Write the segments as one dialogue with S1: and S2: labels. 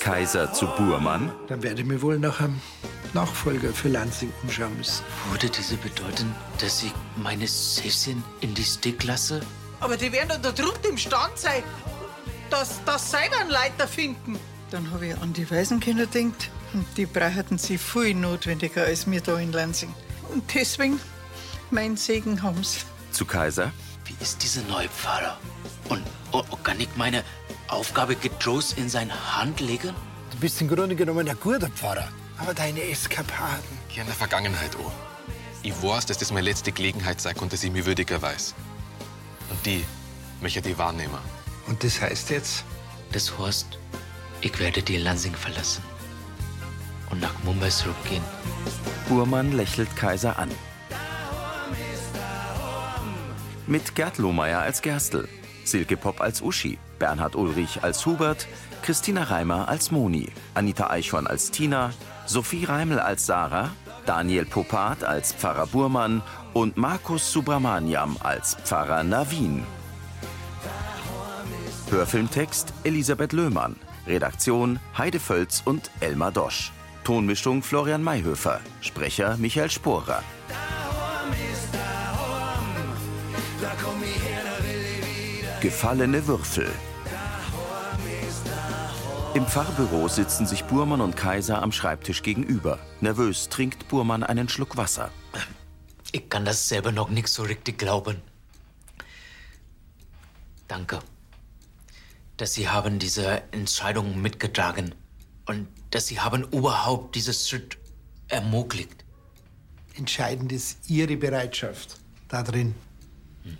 S1: Kaiser zu Burmann,
S2: Dann werde ich mir wohl nach einem Nachfolger für Lansing umschauen müssen.
S3: Würde diese bedeuten, dass ich meine Säfchen in die Stick lasse?
S4: Aber die werden doch da drunten im Stand sein, dass, dass sie einen Leiter finden.
S5: Dann habe ich an die Waisenkinder gedacht und die brauchten sie viel notwendiger als mir da in Lansing. Und deswegen, mein Segen haben sie.
S1: zu Kaiser,
S3: Wie ist dieser neue Pfarrer? Und oh, oh, kann ich meine Aufgabe getrost in seine Hand legen?
S6: Du bist im Grunde genommen ein guter Pfarrer. Aber deine Eskapaden.
S7: Geh an der Vergangenheit an. Ich weiß, dass das meine letzte Gelegenheit sei und dass ich mir würdiger weiß. Und die möchte ich wahrnehmen.
S2: Und das heißt jetzt,
S3: Das heißt, ich werde die Lansing verlassen und nach Mumbai zurückgehen.
S1: Burmann lächelt Kaiser an. Mit Gerd Lohmeier als Gerstl, Silke Popp als Uschi, Bernhard Ulrich als Hubert, Christina Reimer als Moni, Anita Eichhorn als Tina, Sophie Reimel als Sarah, Daniel Popat als Pfarrer Burmann und Markus Subramaniam als Pfarrer Navin. Hörfilmtext Elisabeth Löhmann. Redaktion Heide Völz und Elmar Dosch. Tonmischung Florian Mayhöfer. Sprecher Michael Sporer. Gefallene Würfel. Im Pfarrbüro sitzen sich Burmann und Kaiser am Schreibtisch gegenüber. Nervös trinkt Burmann einen Schluck Wasser.
S3: Ich kann das selber noch nicht so richtig glauben. Danke, dass Sie haben diese Entscheidung mitgetragen und dass Sie haben überhaupt dieses Schritt ermöglicht.
S2: entscheidend ist Ihre Bereitschaft da drin.
S3: Hm.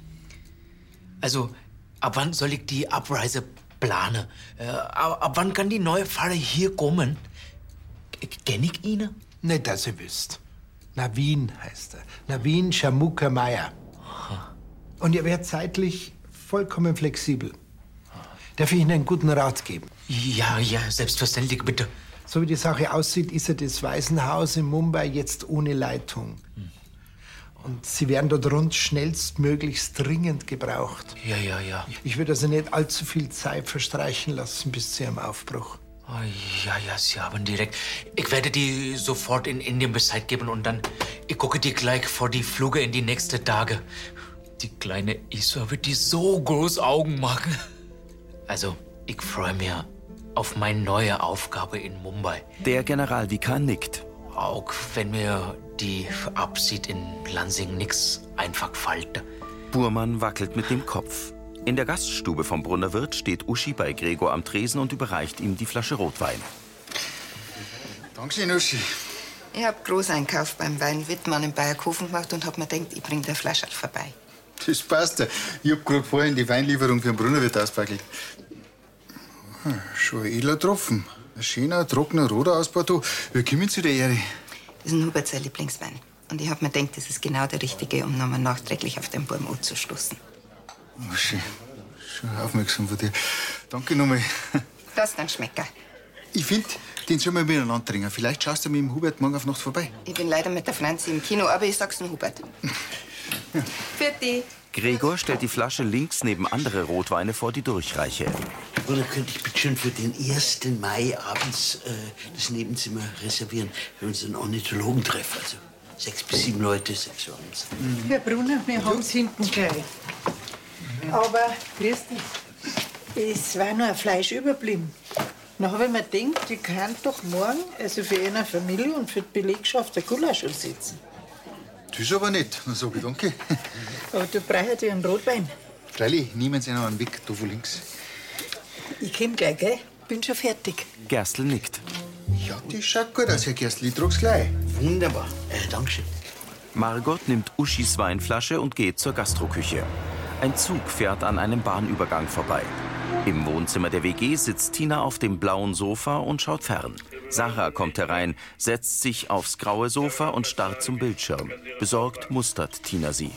S3: Also, ab wann soll ich die Abreise planen? Äh, ab, ab wann kann die neue Pfarrer hier kommen? Kenne ich ihn?
S2: Nicht, dass ihr wisst. Navin heißt er. Navin Shamuka Meyer. Und ihr werdet zeitlich vollkommen flexibel. Darf ich Ihnen einen guten Rat geben?
S3: Ja, ja, selbstverständlich, bitte.
S2: So wie die Sache aussieht, ist ja das Waisenhaus in Mumbai jetzt ohne Leitung. Und sie werden dort rund schnellstmöglichst dringend gebraucht.
S3: Ja, ja, ja.
S2: Ich würde also nicht allzu viel Zeit verstreichen lassen bis zu ihrem Aufbruch.
S3: Ah, Ja, ja, Sie haben direkt. Ich werde die sofort in Indien Bescheid geben und dann. Ich gucke die gleich vor die Flüge in die nächsten Tage. Die kleine Iswa wird die so groß Augen machen. Also, ich freue mich auf meine neue Aufgabe in Mumbai.
S1: Der Generalvikar nickt.
S3: Auch wenn mir die Absicht in Lansing nix einfach fällt.
S1: Burmann wackelt mit dem Kopf. In der Gaststube vom Brunnerwirt steht Uschi bei Gregor am Tresen und überreicht ihm die Flasche Rotwein.
S8: Dankeschön, Uschi.
S9: Ich habe Großeinkauf beim Wein Wittmann in Bayerkofen gemacht und hab mir gedacht, ich bringe der Flasche vorbei.
S8: Das passt ja. Ich hab gerade vorhin die Weinlieferung für den Brunnerwirt ausgepackelt. Hm, Schon ein edler Tropfen. Ein schöner, trockener Roder aus Porto. Wir kommen zu der Ehre.
S9: Das ist ein Hubert sein Lieblingswein. Und ich hab mir gedacht, das ist genau der richtige, um nochmal nachträglich auf den Burm anzustoßen.
S8: Uschi, Oh, schon aufmerksam von dir. Danke nochmal.
S9: Das dann Schmecker.
S8: Ich finde, den sollen wir miteinander trinken. Vielleicht schaust du mit dem Hubert morgen auf Nacht vorbei.
S9: Ich bin leider mit der Franzi im Kino, aber ich sag's dem Hubert. Für die.
S1: Gregor stellt die Flasche links neben andere Rotweine vor die Durchreiche.
S10: Oder könnte ich bitte schön für den 1. Mai abends äh, das Nebenzimmer reservieren, wenn wir uns einen Ornithologen treffen? Also sechs bis sieben Leute, sechs Uhr abends.
S5: Herr Brunner, wir haben's hinten gleich. Aber, grüß dich, es war nur ein Fleisch überblieben. Dann habe ich mir gedacht, die kann doch morgen, also für ihre Familie und für die Belegschaft, der Gulasch sitzen.
S8: Das aber nicht. Na, sag ich danke.
S5: Aber du brauchst ja einen Rotwein.
S8: Freilich, nehmen Sie noch einen weg, da wo links.
S5: Ich komm gleich, gell? Bin schon fertig.
S1: Gerstl nickt.
S8: Ja, das schaut gut aus, Herr Gerstl. Ich trag's gleich.
S10: Wunderbar. Äh, Dankeschön.
S1: Margot nimmt Uschis Weinflasche und geht zur Gastroküche. Ein Zug fährt an einem Bahnübergang vorbei. Im Wohnzimmer der WG sitzt Tina auf dem blauen Sofa und schaut fern. Sarah kommt herein, setzt sich aufs graue Sofa und starrt zum Bildschirm. Besorgt mustert Tina sie.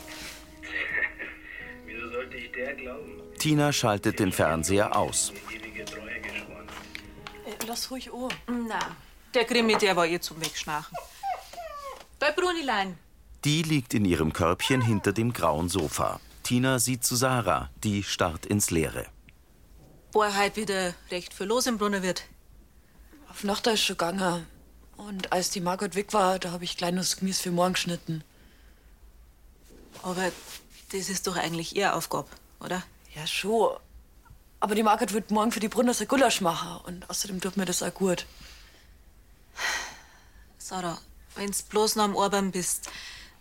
S1: Tina schaltet den Fernseher aus.
S11: Äh, Lass ruhig Uhr. Na, der Grimmi, der war eh zum Wegschnarchen. Bei Brunilein.
S1: Die liegt in ihrem Körbchen hinter dem grauen Sofa. Tina sieht zu Sarah, die starrt ins Leere.
S11: Äh, War heute wieder recht viel los im Brunnerwirt.
S12: Auf Nacht da ist schon gegangen. Und als die Margot weg war, da habe ich kleines Gemüse für morgen geschnitten.
S11: Aber das ist doch eigentlich ihre Aufgabe, oder?
S12: Ja, schon. Aber die Margot wird morgen für die Brunner ein Gulasch machen. Und außerdem tut mir das auch gut.
S11: Sarah, wenn's bloß noch am Arbeiten bist,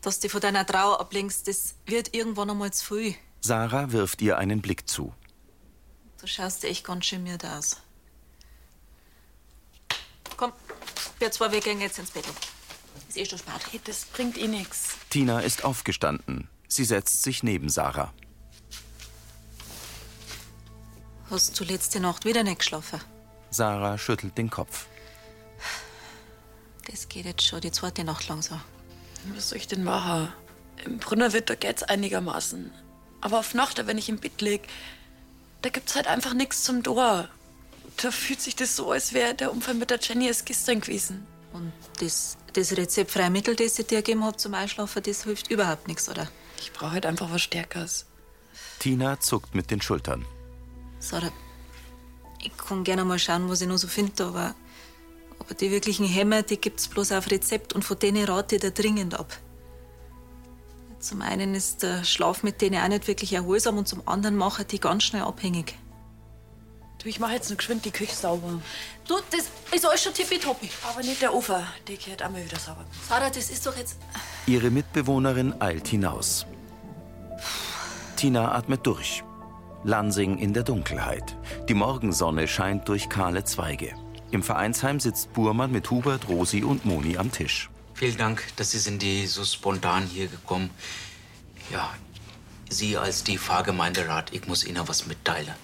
S11: dass du von deiner Trauer ablenkst, das wird irgendwann einmal zu früh.
S1: Sarah wirft ihr einen Blick zu.
S11: Du schaust echt ganz schemiert aus. Komm, wir zwei, wir gehen jetzt ins Bett. Ist eh schon spät.
S12: das bringt eh nix.
S1: Tina ist aufgestanden. Sie setzt sich neben Sarah.
S11: Hast du letzte Nacht wieder nicht geschlafen?
S1: Sarah schüttelt den Kopf.
S11: Das geht jetzt schon die zweite Nacht lang so.
S12: Was soll ich denn machen? Im Brunnerwirt, da geht's einigermaßen. Aber auf Nacht, wenn ich im Bett lieg, da gibt's halt einfach nichts zum Tor. Da fühlt sich das so, als wäre der Unfall mit der Jenny erst gestern gewesen.
S11: Und das, das rezeptfreie Mittel, das ich dir gegeben habe zum Einschlafen, das hilft überhaupt nichts, oder?
S12: Ich brauche halt einfach was Stärkeres.
S1: Tina zuckt mit den Schultern.
S11: Sarah, ich kann gerne mal schauen, was ich noch so finde, aber, aber die wirklichen Hämmer, die gibt's bloß auf Rezept und von denen rate ich dir dringend ab. Zum einen ist der Schlaf mit denen auch nicht wirklich erholsam und zum anderen machen die ganz schnell abhängig.
S12: Du, ich mache jetzt nur geschwind die Küche sauber.
S11: Du, das ist alles schon tippitoppi.
S12: Aber nicht der Ufer, der gehört einmal wieder sauber.
S11: Sarah, das ist doch jetzt.
S1: Ihre Mitbewohnerin eilt hinaus. Tina atmet durch. Lansing in der Dunkelheit. Die Morgensonne scheint durch kahle Zweige. Im Vereinsheim sitzt Burmann mit Hubert, Rosi und Moni am Tisch.
S3: Vielen Dank, dass Sie sind die so spontan hier gekommen. Ja, Sie als die Pfarrgemeinderat, ich muss Ihnen was mitteilen.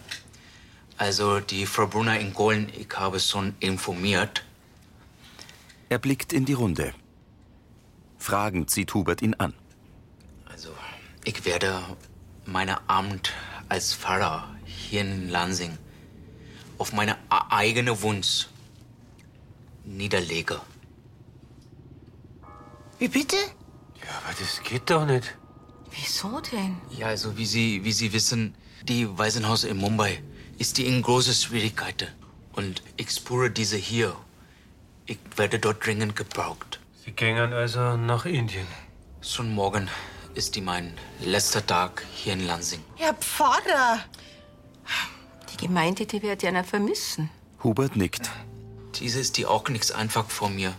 S3: Also die Frau Brunner in Köln, ich habe schon informiert.
S1: Er blickt in die Runde. Fragend sieht Hubert ihn an.
S3: Also ich werde meine Amt als Pfarrer hier in Lansing auf meine a- eigene Wunsch niederlege.
S13: Wie bitte?
S3: Ja, aber das geht doch nicht.
S13: Wieso denn?
S3: Ja, also wie Sie, wie Sie wissen, die Waisenhaus in Mumbai ist die in große Schwierigkeiten. Und ich spüre diese hier. Ich werde dort dringend gebraucht.
S14: Sie gingen also nach Indien.
S3: Schon morgen ist die mein letzter Tag hier in Lansing.
S13: Herr Pfarrer! Die Gemeinde, die wird ja noch vermissen.
S1: Hubert nickt.
S3: Diese ist die auch nichts einfach von mir.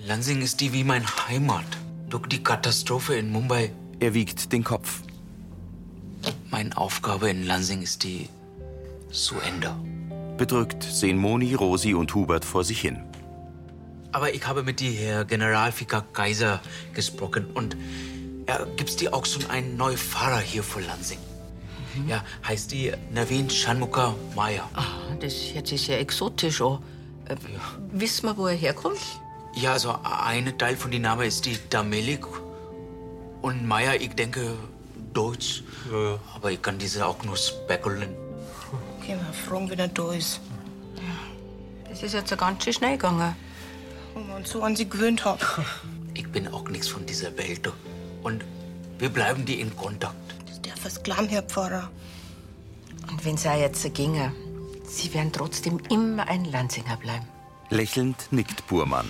S3: Lansing ist die wie mein Heimat. Durch die Katastrophe in Mumbai.
S1: Er wiegt den Kopf.
S3: Meine Aufgabe in Lansing ist die zu Ende.
S1: Bedrückt sehen Moni, Rosi und Hubert vor sich hin.
S3: Aber ich habe mit die Herr Generalvikar Kaiser gesprochen und er gibt dir auch schon einen neuen Fahrer hier vor Lansing. Ja, heißt die Navin Shanmuka Maya.
S13: Das hört sich sehr exotisch an. Äh, Wissen wir, wo er herkommt?
S3: Ja, so eine Teil von dem Namen ist die Damelik und Maya, ich denke, Deutsch. Aber ich kann diese auch nur spekulieren.
S13: Gehen wir fragen, wenn er da ist. Das ist jetzt ganz schön schnell gegangen. Wenn wir uns so an sie gewöhnt haben.
S3: Ich bin auch nichts von dieser Welt. Und wir bleiben die in Kontakt.
S13: Der Versklam, Herr Pfarrer. Und wenn's auch jetzt so ginge, Sie werden trotzdem immer ein Lanzinger bleiben.
S1: Lächelnd nickt Burmann.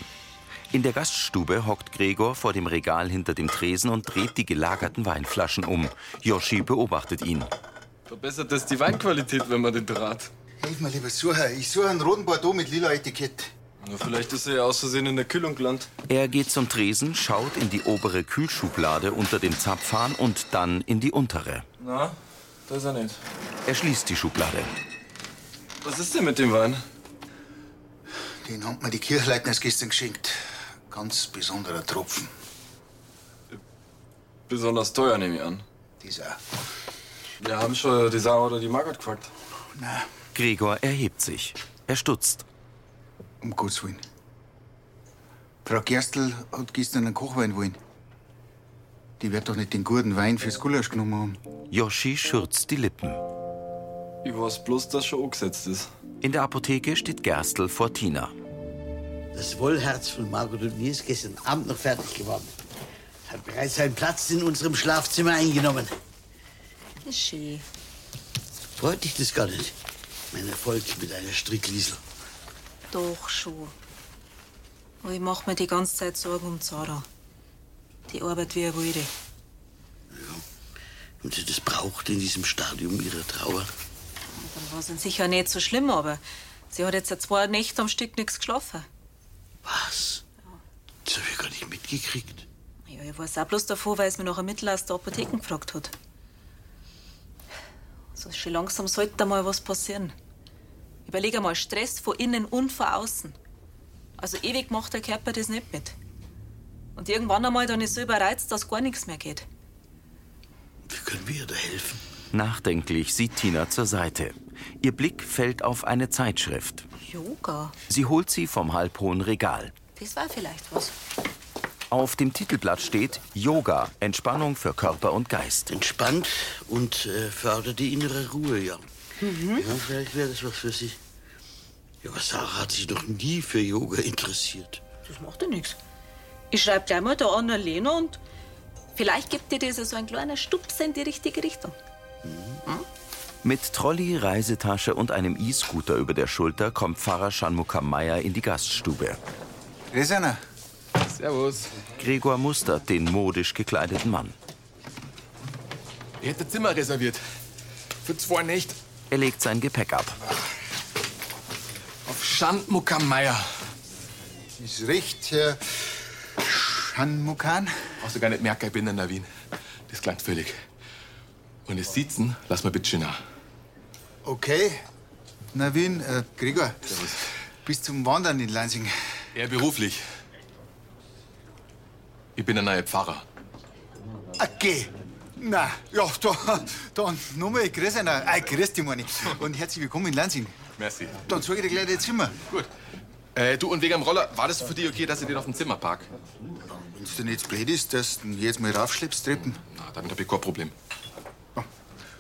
S1: In der Gaststube hockt Gregor vor dem Regal hinter dem Tresen und dreht die gelagerten Weinflaschen um. Yoshi beobachtet ihn.
S15: Verbessert das die Weinqualität, wenn man den Draht.
S8: Hilf mir, lieber Sucher, ich suche einen roten Bordeaux mit lila Etikett.
S15: Na, vielleicht ist er ja aus Versehen in der Kühlung gelandet.
S1: Er geht zum Tresen, schaut in die obere Kühlschublade unter dem Zapfhahn und dann in die untere.
S15: Na, da ist er nicht.
S1: Er schließt die Schublade.
S15: Was ist denn mit dem Wein?
S8: Den haben mir die Kirchleitners gestern geschenkt. Ganz besonderer Tropfen.
S15: Besonders teuer, nehme ich an.
S8: Dieser.
S15: Wir haben schon die Sarah oder die Margot gefragt.
S1: Gregor erhebt sich. Er stutzt.
S8: Um Gottes Willen. Frau Gerstl hat gestern einen Kochwein wollen. Die wird doch nicht den guten Wein fürs Gulasch genommen haben.
S1: Yoshi schürzt die Lippen.
S15: Ich weiß bloß, dass schon angesetzt ist.
S1: In der Apotheke steht Gerstl vor Tina.
S10: Das Wollherz von Margot und mir ist gestern Abend noch fertig geworden. Hat bereits seinen Platz in unserem Schlafzimmer eingenommen.
S11: Schön.
S10: Freut dich das gar nicht? Mein Erfolg mit einer Strickliesel.
S11: Doch schon. Aber ich mache mir die ganze Zeit Sorgen um Zara. Die arbeitet wie eine Wilde.
S10: Und sie das braucht in diesem Stadium ihrer Trauer.
S11: Dann war es sicher nicht so schlimm, aber sie hat jetzt seit zwei Nächte am Stück nichts geschlafen.
S10: Was? Das habe ich gar nicht mitgekriegt.
S11: Ja, ich weiß auch bloß davon, weil es mir nachher Mittel aus der Apotheke gefragt hat. So schon langsam sollte da mal was passieren. Überleg mal, Stress von innen und von außen. Also ewig macht der Körper das nicht mit. Und irgendwann einmal dann ist so überreizt, dass gar nichts mehr geht.
S10: Können wir ihr da helfen?
S1: Nachdenklich sieht Tina zur Seite. Ihr Blick fällt auf eine Zeitschrift.
S11: Yoga,
S1: Sie holt sie vom halbhohen Regal.
S11: das war vielleicht was.
S1: Auf dem Titelblatt steht Yoga, Entspannung für Körper und Geist.
S10: Entspannt und äh, fördert die innere Ruhe, ja. Mhm. ja vielleicht wäre das was für sie. Ja, aber Sarah hat sich noch nie für Yoga interessiert.
S11: Das macht ja nichts. Ich schreibe gleich mal der Annalena und vielleicht gibt dir das ja so ein kleiner Stups in die richtige Richtung.
S10: Hm?
S1: Mit Trolley, Reisetasche und einem E-Scooter über der Schulter kommt Pfarrer Schanmucker Meier in die Gaststube.
S8: Grüß einer.
S1: Servus. Gregor mustert den modisch gekleideten Mann.
S7: Ich hätte Zimmer reserviert. Für zwei Nächte.
S1: Er legt sein Gepäck ab.
S7: Auf Schandmuckermeier.
S8: Ist recht, Herr Schandmuckern.
S7: Brauchst du gar nicht merken, ich bin in der Wien. Das klang völlig. Und das Sitzen lass mal bitte schön nach.
S8: Okay. Navin, äh, Gregor. Bis zum Wandern in Lansing.
S7: Eher beruflich. Ich bin ein neuer Pfarrer.
S8: Okay. Ah, Na, ja, da, dann nochmal grüß einer. Ei, grüß dich, meine ich. Und herzlich willkommen in Lansing.
S7: Merci.
S8: Dann zeige ich dir gleich dein Zimmer.
S7: Gut. Äh, du, und wegen dem Roller, war das für dich okay, dass ich den auf dem Zimmer park?
S8: Wenn es dir nicht blöd ist, dass du ihn jetzt mal raufschleppst, Treppen.
S7: Na, damit hab ich kein Problem.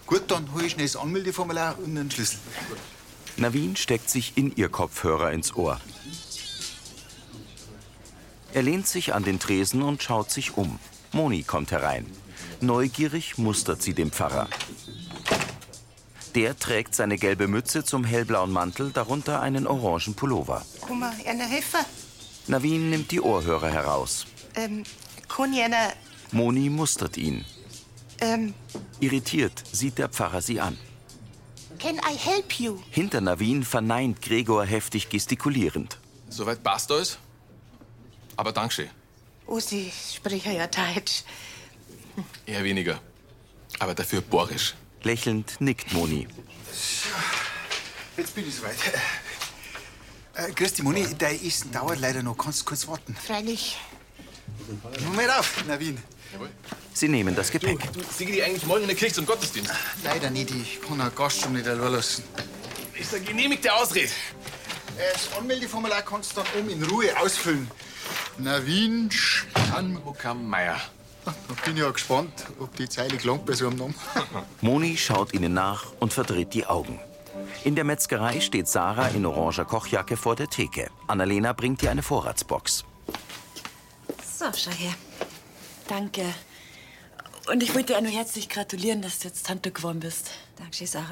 S8: Gut, dann hol ich schnell das Anmeldeformular und einen Schlüssel.
S1: Navin steckt sich in ihr Kopfhörer ins Ohr. Er lehnt sich an den Tresen und schaut sich um. Moni kommt herein. Neugierig mustert sie den Pfarrer. Der trägt seine gelbe Mütze zum hellblauen Mantel, darunter einen orangen Pullover.
S13: Komm mal, einer helfen?
S1: Navin nimmt die Ohrhörer heraus.
S13: Ähm, kann ich einer,
S1: Moni mustert ihn.
S13: ähm,
S1: Irritiert sieht der Pfarrer sie an.
S13: can I help you?
S1: Hinter Navin verneint Gregor heftig gestikulierend.
S7: Soweit passt alles. Aber Dankeschön.
S13: Oh, Sie sprechen ja Deutsch.
S7: Eher weniger. Aber dafür bohrisch.
S1: Lächelnd nickt Moni.
S8: Jetzt bin ich soweit. Äh, grüß dich, Moni. Dein Essen dauert leider noch. Kannst du kurz warten?
S13: Freilich.
S8: Nun mal rauf, Navin.
S1: Sie nehmen das Gepäck.
S7: Sie geht eigentlich morgen in der Kirche zum Gottesdienst.
S8: Leider nicht. Ich kann einen Gast schon nicht allein lassen.
S7: Ist eine genehmigte Ausrede.
S8: Das Anmeldeformular kannst du dann oben in Ruhe ausfüllen. Navin
S7: Schanmuckermeier.
S8: Da bin ich ja gespannt, ob die Zeile gelangt bei so einem Namen.
S1: Moni schaut ihnen nach und verdreht die Augen. In der Metzgerei steht Sarah in oranger Kochjacke vor der Theke. Annalena bringt ihr eine Vorratsbox.
S12: So, schau her. Danke. Und ich wollte dir auch nur herzlich gratulieren, dass du jetzt Tante geworden bist.
S11: Dankeschön, Sarah.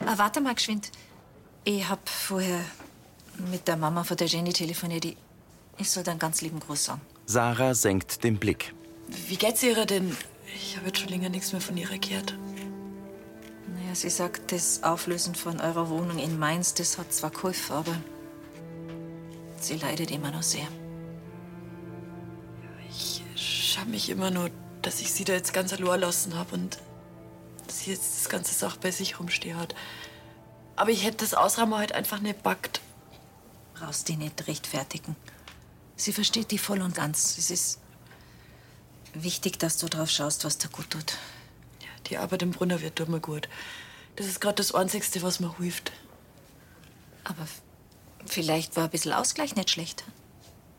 S11: Ah, warte mal geschwind. Ich hab vorher mit der Mama von der Jenny telefoniert. Ich- Ich soll dann ganz lieben Gruß sagen.
S1: Sarah senkt den Blick.
S12: Wie geht's ihrer denn? Ich habe jetzt schon länger nichts mehr von ihr gehört.
S11: Naja, sie sagt, das Auflösen von eurer Wohnung in Mainz, das hat zwar geholfen, aber sie leidet immer noch sehr.
S12: Scham mich immer nur, dass ich sie da jetzt ganz allein lassen habe und sie jetzt das ganze Sache bei sich rumstehen hat. Aber ich hätte das Ausrahmen heute einfach nicht backt.
S11: Brauchst die nicht rechtfertigen. Sie versteht die voll und ganz. Es ist wichtig, dass du drauf schaust, was dir gut tut.
S12: Die Arbeit im Brunner wird immer gut. Das ist gerade das Einzige, was mir hilft.
S11: Aber vielleicht war ein bisschen Ausgleich nicht schlecht.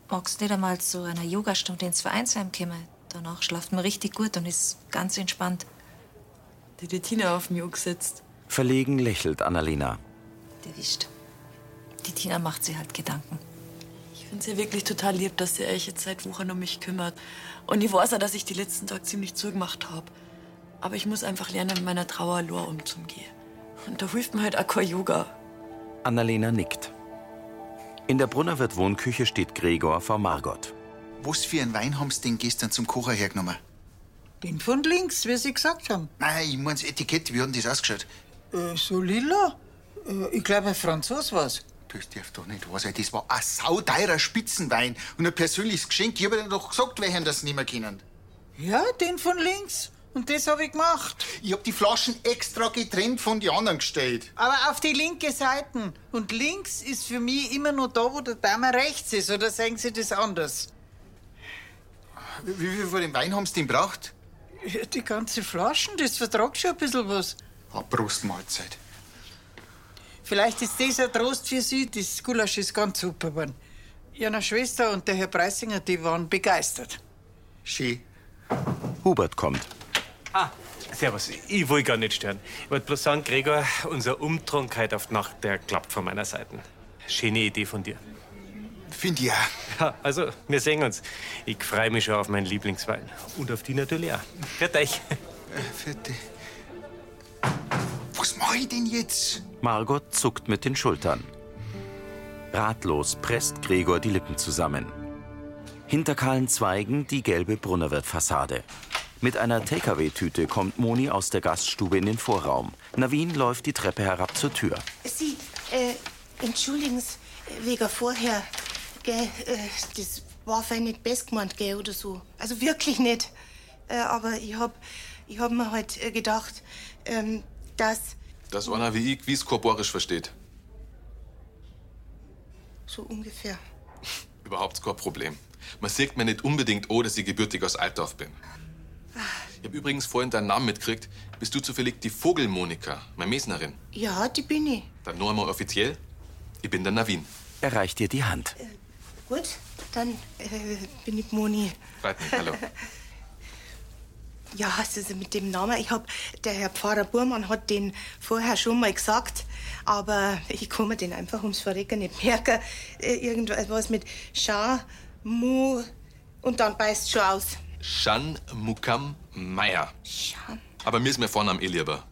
S11: Magst du nicht einmal zu einer Yogastunde ins Vereinsheim kommen? Danach schlaft man richtig gut und ist ganz entspannt.
S12: Die, die Tina auf dem Jog sitzt.
S1: Verlegen lächelt Annalena.
S11: Erwischt. Die Tina macht sich halt Gedanken.
S12: Ich finde es ja wirklich total lieb, dass ihr euch jetzt seit Wochen um mich kümmert. Und ich weiß auch, dass ich die letzten Tage ziemlich zugemacht habe. Aber ich muss einfach lernen, mit meiner Trauer lor umzugehen. Und da hilft mir halt auch kein Yoga.
S1: Annalena nickt. In der Brunnerwirt-Wohnküche steht Gregor vor Margot.
S8: Was für einen Wein haben Sie denn gestern zum Kocher hergenommen?
S5: Den von links, wie Sie gesagt haben.
S8: Nein, ich mein's Etikett, wie hat denn das ausgeschaut?
S5: Äh, so lila? Äh, ich glaube, ein Franzos war's.
S8: Das darf doch nicht wahr sein. Das war ein sauteurer Spitzenwein und ein persönliches Geschenk. Ich hab Ihnen doch gesagt, welchen das nicht mehr kennen.
S5: Ja, den von links. Und das habe ich gemacht.
S8: Ich hab die Flaschen extra getrennt von den anderen gestellt.
S5: Aber auf die linke Seite. Und links ist für mich immer nur da, wo der Dame rechts ist. Oder sehen Sie das anders?
S8: Wie wie viel von dem Wein haben Sie denn braucht?
S5: Ja, die ganze Flaschen, das vertragt schon ein bisschen was.
S8: Ah, Brustmahlzeit.
S5: Vielleicht ist das ein Trost für Sie. Das Gulasch ist ganz super geworden. Ihre Schwester und der Herr Preisinger, die waren begeistert.
S8: Schön.
S1: Hubert kommt.
S14: Ah, servus. Ich will gar nicht stören. Ich wollte bloß sagen, Gregor, unser Umtrunk heute auf die Nacht, der klappt von meiner Seite. Schöne Idee von dir.
S8: Find ja.
S14: Ja, also, wir sehen uns. Ich freue mich schon auf meinen Lieblingswein. Und auf die natürlich auch. Für euch.
S8: Äh, Für dich. Was mach ich denn jetzt?
S1: Margot zuckt mit den Schultern. Ratlos presst Gregor die Lippen zusammen. Hinter kahlen Zweigen die gelbe Brunnerwirt-Fassade. Mit einer TKW-Tüte kommt Moni aus der Gaststube in den Vorraum. Navin läuft die Treppe herab zur Tür.
S16: Sie, äh, entschuldigen Sie, wegen vorher. Gell, äh, das war fein nicht best gemeint, gell, oder so. Also wirklich nicht. Äh, aber ich hab, ich hab mir halt äh, gedacht, ähm, dass
S7: Dass einer wie ich wie's korporisch versteht.
S16: so ungefähr.
S7: Überhaupt kein Problem. Man sieht mir nicht unbedingt, oh, dass ich gebürtig aus Altdorf bin. Ich habe übrigens vorhin deinen Namen mitgekriegt. Bist du zufällig die Vogelmonika, meine Mesnerin?
S16: Ja, die bin ich.
S7: Dann nur einmal offiziell. Ich bin der Navin.
S1: Er reicht ihr die Hand.
S16: Gut, dann äh, bin ich Moni.
S7: Freut mich, hallo.
S16: Ja, hast du sie mit dem Namen? Ich hab, der Herr Pfarrer Burmann hat den vorher schon mal gesagt, aber ich kann mir den einfach ums Verrecken nicht merken. Äh, Irgendwas mit Scha, Mu und dann beißt schon aus.
S7: Shan Mukam Meyer.
S16: Scha.
S7: Aber mir ist mein Vornamen eh lieber.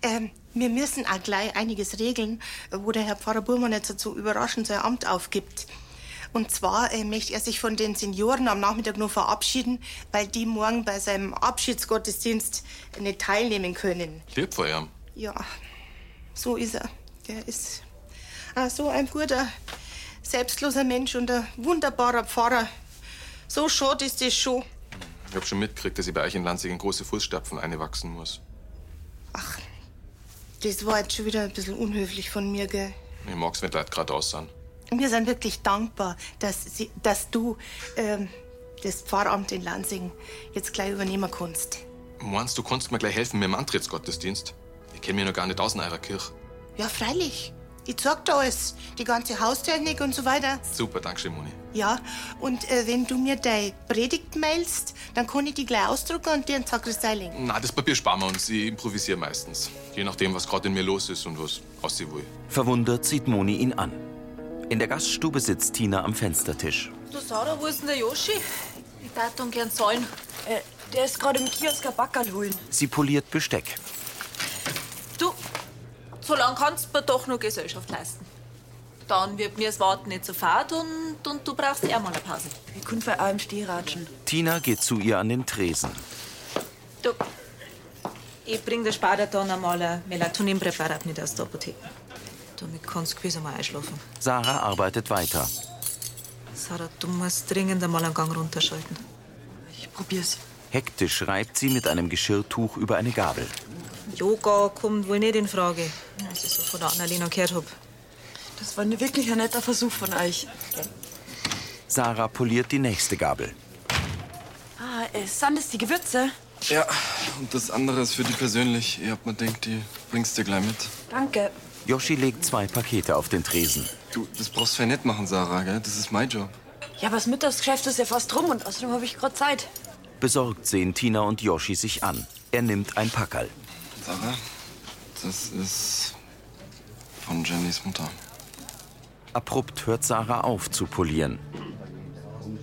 S16: Ähm, wir müssen auch gleich einiges regeln, äh, wo der Herr Pfarrer Burmann jetzt so überraschend sein Amt aufgibt. Und zwar äh, möchte er sich von den Senioren am Nachmittag nur verabschieden, weil die morgen bei seinem Abschiedsgottesdienst nicht teilnehmen können.
S7: Lieb von ihm.
S16: Ja, so ist er. Der ist äh, so ein guter, selbstloser Mensch und ein wunderbarer Pfarrer. So schade ist das schon.
S7: Ich habe schon mitgekriegt, dass ich bei euch in Lanzig in große Fußstapfen einwachsen muss.
S16: Das war jetzt schon wieder ein bisschen unhöflich von mir, gell?
S7: Ich mag's, wenn die Leute gerade aussehen.
S16: Wir sind wirklich dankbar, dass, sie, dass du ähm, das Pfarramt in Lansing jetzt gleich übernehmen kannst.
S7: Meinst du, kannst mir gleich helfen mit dem Antrittsgottesdienst? Ich kenne mich noch gar nicht aus in eurer Kirche.
S16: Ja, freilich. Ich zeig dir alles. Die ganze Haustechnik und so weiter.
S7: Super, danke schön, Moni.
S16: Ja, und äh, wenn du mir deine Predigt mailst, dann kann ich die gleich ausdrucken und dir in die Sakristei legen.
S7: Na, das Papier sparen wir uns. Ich improvisiere meistens. Je nachdem, was gerade in mir los ist und was aussehen will.
S1: Verwundert sieht Moni ihn an. In der Gaststube sitzt Tina am Fenstertisch.
S11: Du Sarah, wo ist denn der Yoshi? Ich darf ihn gern zahlen.
S17: Äh, der ist gerade im Kiosk ein Backerl holen.
S1: Sie poliert Besteck.
S11: Du, so lange kannst du mir doch noch Gesellschaft leisten. Dann wird mir das Warten nicht so fad und, und du brauchst eher mal eine Pause.
S17: Ich kann bei allem stehen ratschen.
S1: Tina geht zu ihr an den Tresen.
S11: Du, ich bring der Spader dann einmal ein Melatoninpräparat mit aus der Apotheke. Damit kannst du gewiss einmal einschlafen.
S1: Sarah arbeitet weiter.
S11: Sarah, du musst dringend einmal einen Gang runterschalten.
S17: Ich probier's.
S1: Hektisch reibt sie mit einem Geschirrtuch über eine Gabel.
S11: Yoga kommt wohl nicht in Frage, als ich so von der Annalena gehört hab.
S17: Das war ne wirklich ein netter Versuch von euch.
S1: Sarah poliert die nächste Gabel.
S17: Ah, äh, sind das die Gewürze?
S15: Ja, und das andere ist für die persönlich. Ich hab mir gedacht, die bringst dir gleich mit.
S17: Danke.
S1: Yoshi legt zwei Pakete auf den Tresen.
S15: Du, das brauchst du ja nicht machen, Sarah, gell? Das ist mein Job.
S17: Ja, aber das Mittagsgeschäft ist ja fast rum und außerdem habe ich gerade Zeit.
S1: Besorgt sehen Tina und Yoshi sich an. Er nimmt ein Packerl.
S15: Sarah, das ist von Jennys Mutter.
S1: Abrupt hört Sarah auf zu polieren.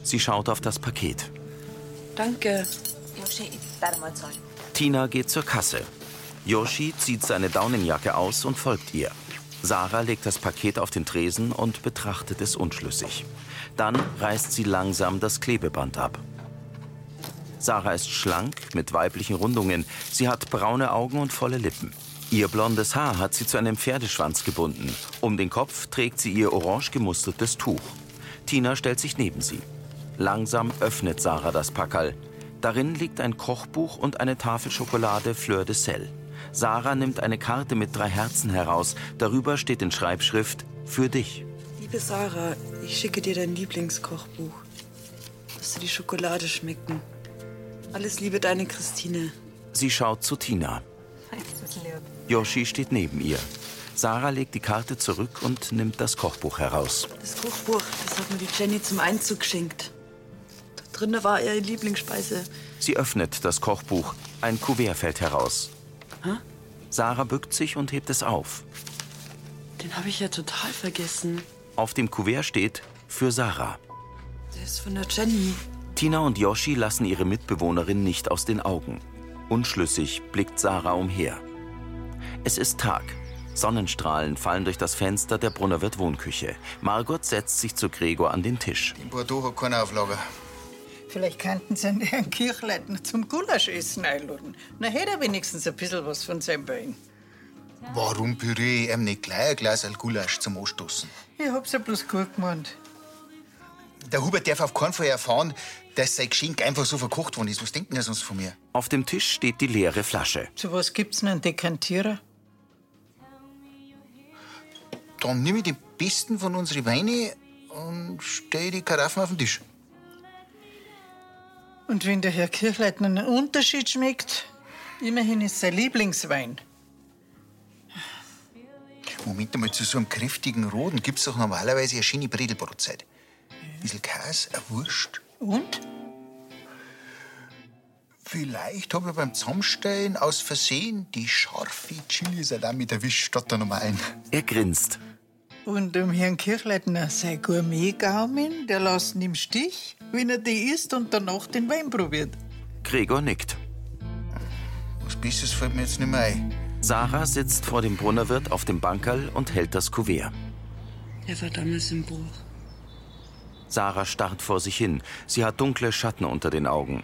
S1: Sie schaut auf das Paket.
S17: Danke.
S11: Yoshi, ich darf mal zahlen.
S1: Tina geht zur Kasse. Yoshi zieht seine Daunenjacke aus und folgt ihr. Sarah legt das Paket auf den Tresen und betrachtet es unschlüssig. Dann reißt sie langsam das Klebeband ab. Sarah ist schlank, mit weiblichen Rundungen. Sie hat braune Augen und volle Lippen. Ihr blondes Haar hat sie zu einem Pferdeschwanz gebunden. Um den Kopf trägt sie ihr orange gemustertes Tuch. Tina stellt sich neben sie. Langsam öffnet Sarah das Packerl. Darin liegt ein Kochbuch und eine Tafel Schokolade Fleur de Sel. Sarah nimmt eine Karte mit drei Herzen heraus. Darüber steht in Schreibschrift Für dich.
S12: Liebe Sarah, ich schicke dir dein Lieblingskochbuch. Lass dir die Schokolade schmecken. Alles Liebe, deine Christine.
S1: Sie schaut zu Tina. Yoshi steht neben ihr. Sarah legt die Karte zurück und nimmt das Kochbuch heraus.
S12: Das Kochbuch, das hat mir die Jenny zum Einzug geschenkt. Da drin war ihre Lieblingsspeise.
S1: Sie öffnet das Kochbuch. Ein Kuvert fällt heraus.
S12: Hä?
S1: Sarah bückt sich und hebt es auf.
S12: Den habe ich ja total vergessen.
S1: Auf dem Kuvert steht für Sarah.
S12: Der ist von der Jenny.
S1: Tina und Yoshi lassen ihre Mitbewohnerin nicht aus den Augen. Unschlüssig blickt Sarah umher. Es ist Tag. Sonnenstrahlen fallen durch das Fenster der Brunnerwirt Wohnküche. Margot setzt sich zu Gregor an den Tisch.
S8: In Bordeaux hat keiner auf Lager.
S5: Vielleicht könnten sie einen Herrn Kirchleitner zum Gulaschessen einladen. Na, hätte er wenigstens ein bisschen was von seinem Bein.
S8: Warum püriere ich ihm nicht gleich ein Glas Gulasch zum Anstoßen?
S5: Ich hab's ja bloß gut gemeint.
S8: Der Hubert darf auf keinen Fall erfahren, dass sein Geschenk einfach so verkocht worden ist. Was denken er sonst von mir?
S1: Auf dem Tisch steht die leere Flasche.
S5: Zu was gibt's denn einen Dekantierer?
S8: Dann nehme ich den besten von unseren Weinen und stelle die Karaffen auf den Tisch.
S5: Und wenn der Herr Kirchleitner einen Unterschied schmeckt, immerhin ist sein Lieblingswein.
S8: Moment einmal, zu so einem kräftigen Roten gibt's doch normalerweise eine schöne Bredelbrotzeit. Ein bisschen Käse, eine Wurst.
S5: Und?
S8: Vielleicht habe ich beim Zusammenstellen aus Versehen die scharfe Chili-Salami erwischt statt der normalen.
S1: Er grinst.
S5: Und dem Herrn Kirchleitner sein Gourmet-Gaumen, der lässt ihn im Stich, wenn er die isst und danach den Wein probiert.
S1: Gregor nickt.
S8: Was Besseres fällt mir jetzt nicht mehr ein.
S1: Sarah sitzt vor dem Brunnerwirt auf dem Bankerl und hält das Kuvert.
S12: Er war damals im Bruch.
S1: Sarah starrt vor sich hin. Sie hat dunkle Schatten unter den Augen.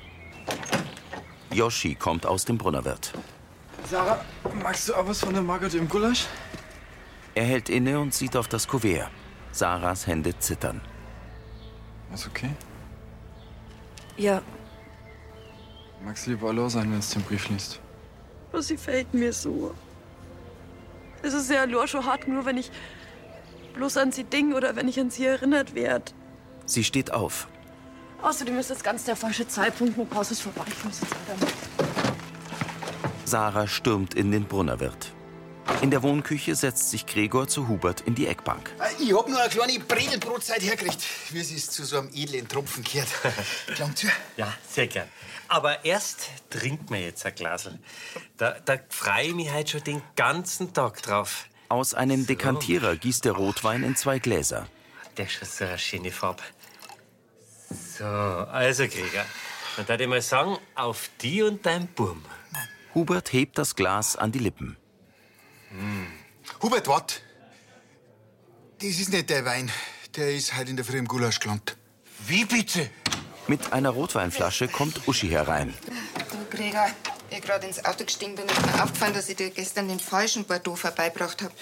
S1: Yoshi kommt aus dem Brunnerwirt.
S15: Sarah, magst du auch was von der Margot im Gulasch?
S1: Er hält inne und sieht auf das Kuvert. Sarahs Hände zittern.
S15: Ist okay?
S12: Ja,
S15: Magst lieber allein sein, wenn du den Brief liest.
S12: aber sie fällt mir so. Es ist ja nur schon hart, nur wenn ich bloß an sie ding oder wenn ich an sie erinnert werde.
S1: Sie steht auf.
S18: Außerdem ist das ganz der falsche Zeitpunkt. Meine Pause ist vorbei. Ich muss jetzt weiter.
S1: Sarah stürmt in den Brunnerwirt. In der Wohnküche setzt sich Gregor zu Hubert in die Eckbank.
S8: Äh, Ich hab nur eine kleine Bredelbrotzeit hergekriegt, wie es ist zu so einem edlen Tropfen gehört. Klangtür.
S14: Ja, sehr gern. Aber erst trinkt man jetzt ein Glasl. Da, da freue ich mich heute schon den ganzen Tag drauf.
S1: Aus einem Dekantierer gießt der Rotwein in zwei Gläser.
S14: Der ist schon so eine schöne Farbe. So, also Krieger, dann darf ich mal sagen, auf die und dein Burm.
S1: Hubert hebt das Glas an die Lippen.
S8: Hubert, wart! Das ist nicht der Wein. Der ist heute in der Früh im Gulasch gelandet. Wie bitte?
S1: Mit einer Rotweinflasche kommt Uschi herein.
S9: Du, Gregor, ich gerade ins Auto gestiegen bin, ist mir aufgefallen, dass ich dir gestern den falschen Bordeaux vorbeibracht habe.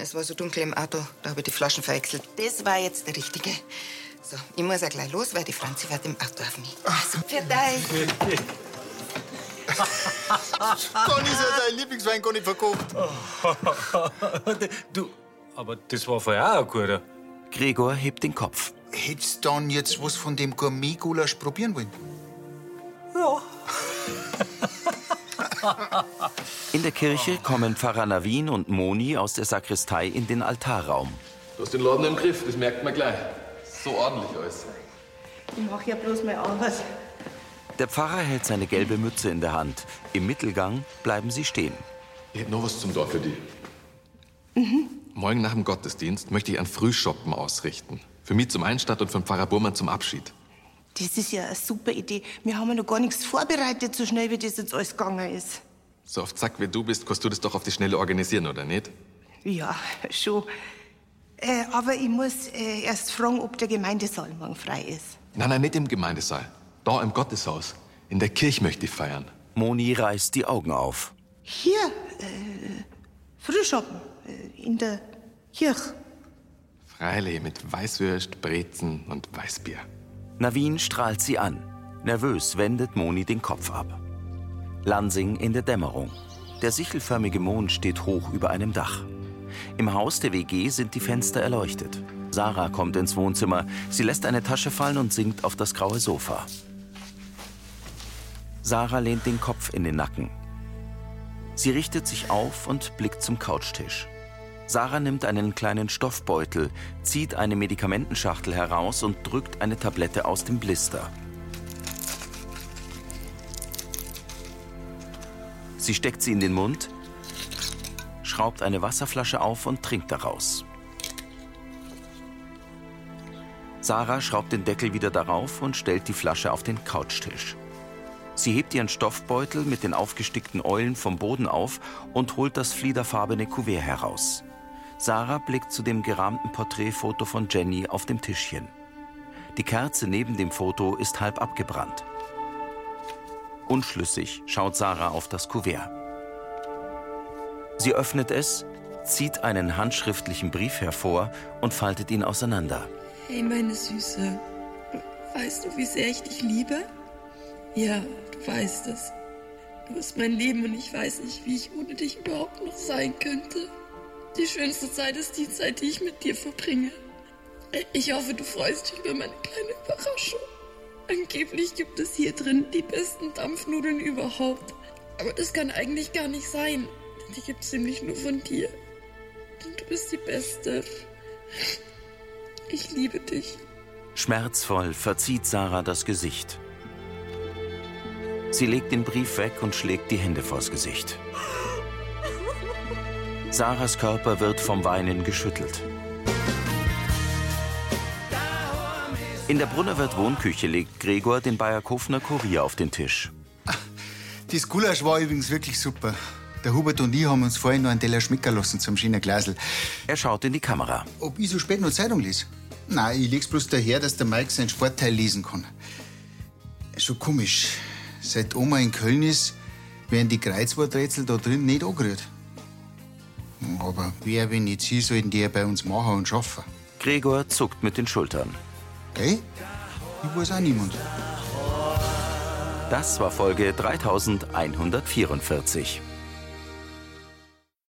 S9: Es war so dunkel im Auto, da habe ich die Flaschen verwechselt. Das war jetzt der richtige. So, ich muss ja gleich los, weil die Franzi wartet im Auto auf mich. Also, für dich.
S8: Dann ist ja dein Lieblingswein gar nicht verkauft.
S14: du, aber das war vorher auch ein guter.
S1: Gregor hebt den Kopf.
S8: Hättest du dann jetzt was von dem Gourmet-Gulasch probieren wollen?
S18: Ja.
S1: In der Kirche kommen Pfarrer Navin und Moni aus der Sakristei in den Altarraum.
S7: Du hast den Laden im Griff, das merkt man gleich. So ordentlich alles.
S16: Ich mach ja bloß mal anders.
S1: Der Pfarrer hält seine gelbe Mütze in der Hand. Im Mittelgang bleiben sie stehen.
S7: Ich hab noch was zum Dorf für dich.
S16: Mhm.
S7: Morgen nach dem Gottesdienst möchte ich einen Frühschoppen ausrichten. Für mich zum Einstand und für den Pfarrer Burmann zum Abschied.
S16: Das ist ja eine super Idee. Wir haben ja noch gar nichts vorbereitet, so schnell wie das jetzt alles gegangen ist.
S7: So auf Zack wie du bist, kannst du das doch auf die Schnelle organisieren, oder nicht?
S16: Ja, schon. Äh, aber ich muss äh, erst fragen, ob der Gemeindesaal morgen frei ist.
S7: Nein, nein, nicht im Gemeindesaal. Da im Gotteshaus. In der Kirche möchte ich feiern.
S1: Moni reißt die Augen auf.
S16: Hier, äh, Frühschoppen, äh, in der Kirche.
S7: Freile mit Weißwürst, Brezen und Weißbier.
S1: Navin strahlt sie an. Nervös wendet Moni den Kopf ab. Lansing in der Dämmerung. Der sichelförmige Mond steht hoch über einem Dach. Im Haus der WG sind die Fenster erleuchtet. Sarah kommt ins Wohnzimmer. Sie lässt eine Tasche fallen und sinkt auf das graue Sofa. Sarah lehnt den Kopf in den Nacken. Sie richtet sich auf und blickt zum Couchtisch. Sarah nimmt einen kleinen Stoffbeutel, zieht eine Medikamentenschachtel heraus und drückt eine Tablette aus dem Blister. Sie steckt sie in den Mund, schraubt eine Wasserflasche auf und trinkt daraus. Sarah schraubt den Deckel wieder darauf und stellt die Flasche auf den Couchtisch. Sie hebt ihren Stoffbeutel mit den aufgestickten Eulen vom Boden auf und holt das fliederfarbene Kuvert heraus. Sarah blickt zu dem gerahmten Porträtfoto von Jenny auf dem Tischchen. Die Kerze neben dem Foto ist halb abgebrannt. Unschlüssig schaut Sarah auf das Kuvert. Sie öffnet es, zieht einen handschriftlichen Brief hervor und faltet ihn auseinander.
S12: Hey, meine Süße. Weißt du, wie sehr ich dich liebe? Ja, du weißt es. Du bist mein Leben und ich weiß nicht, wie ich ohne dich überhaupt noch sein könnte. Die schönste Zeit ist die Zeit, die ich mit dir verbringe. Ich hoffe, du freust dich über meine kleine Überraschung. Angeblich gibt es hier drin die besten Dampfnudeln überhaupt. Aber das kann eigentlich gar nicht sein. denn Die gibt es nämlich nur von dir. Denn du bist die Beste. Ich liebe dich.
S1: Schmerzvoll verzieht Sarah das Gesicht. Sie legt den Brief weg und schlägt die Hände vors Gesicht. Sarahs Körper wird vom Weinen geschüttelt. In der Brunnerwirt Wohnküche legt Gregor den Bayerkofner Kurier auf den Tisch.
S8: Das Gulasch war übrigens wirklich super. Der Hubert und ich haben uns vorhin noch einen Teller schmecken lassen zum schönen Glasel.
S1: Er schaut in die Kamera.
S8: Ob ich so spät noch Zeitung lese? Nein, ich leg's bloß daher, dass der Mike seinen Sportteil lesen kann. Schon komisch. Seit Oma in Köln ist, werden die Kreuzworträtsel da drin nicht angerührt. Aber wer, wenn nicht sie, sollten die ja bei uns machen und schaffen.
S1: Gregor zuckt mit den Schultern.
S8: Gell? Ich weiß auch niemand.
S1: Das war Folge 3144.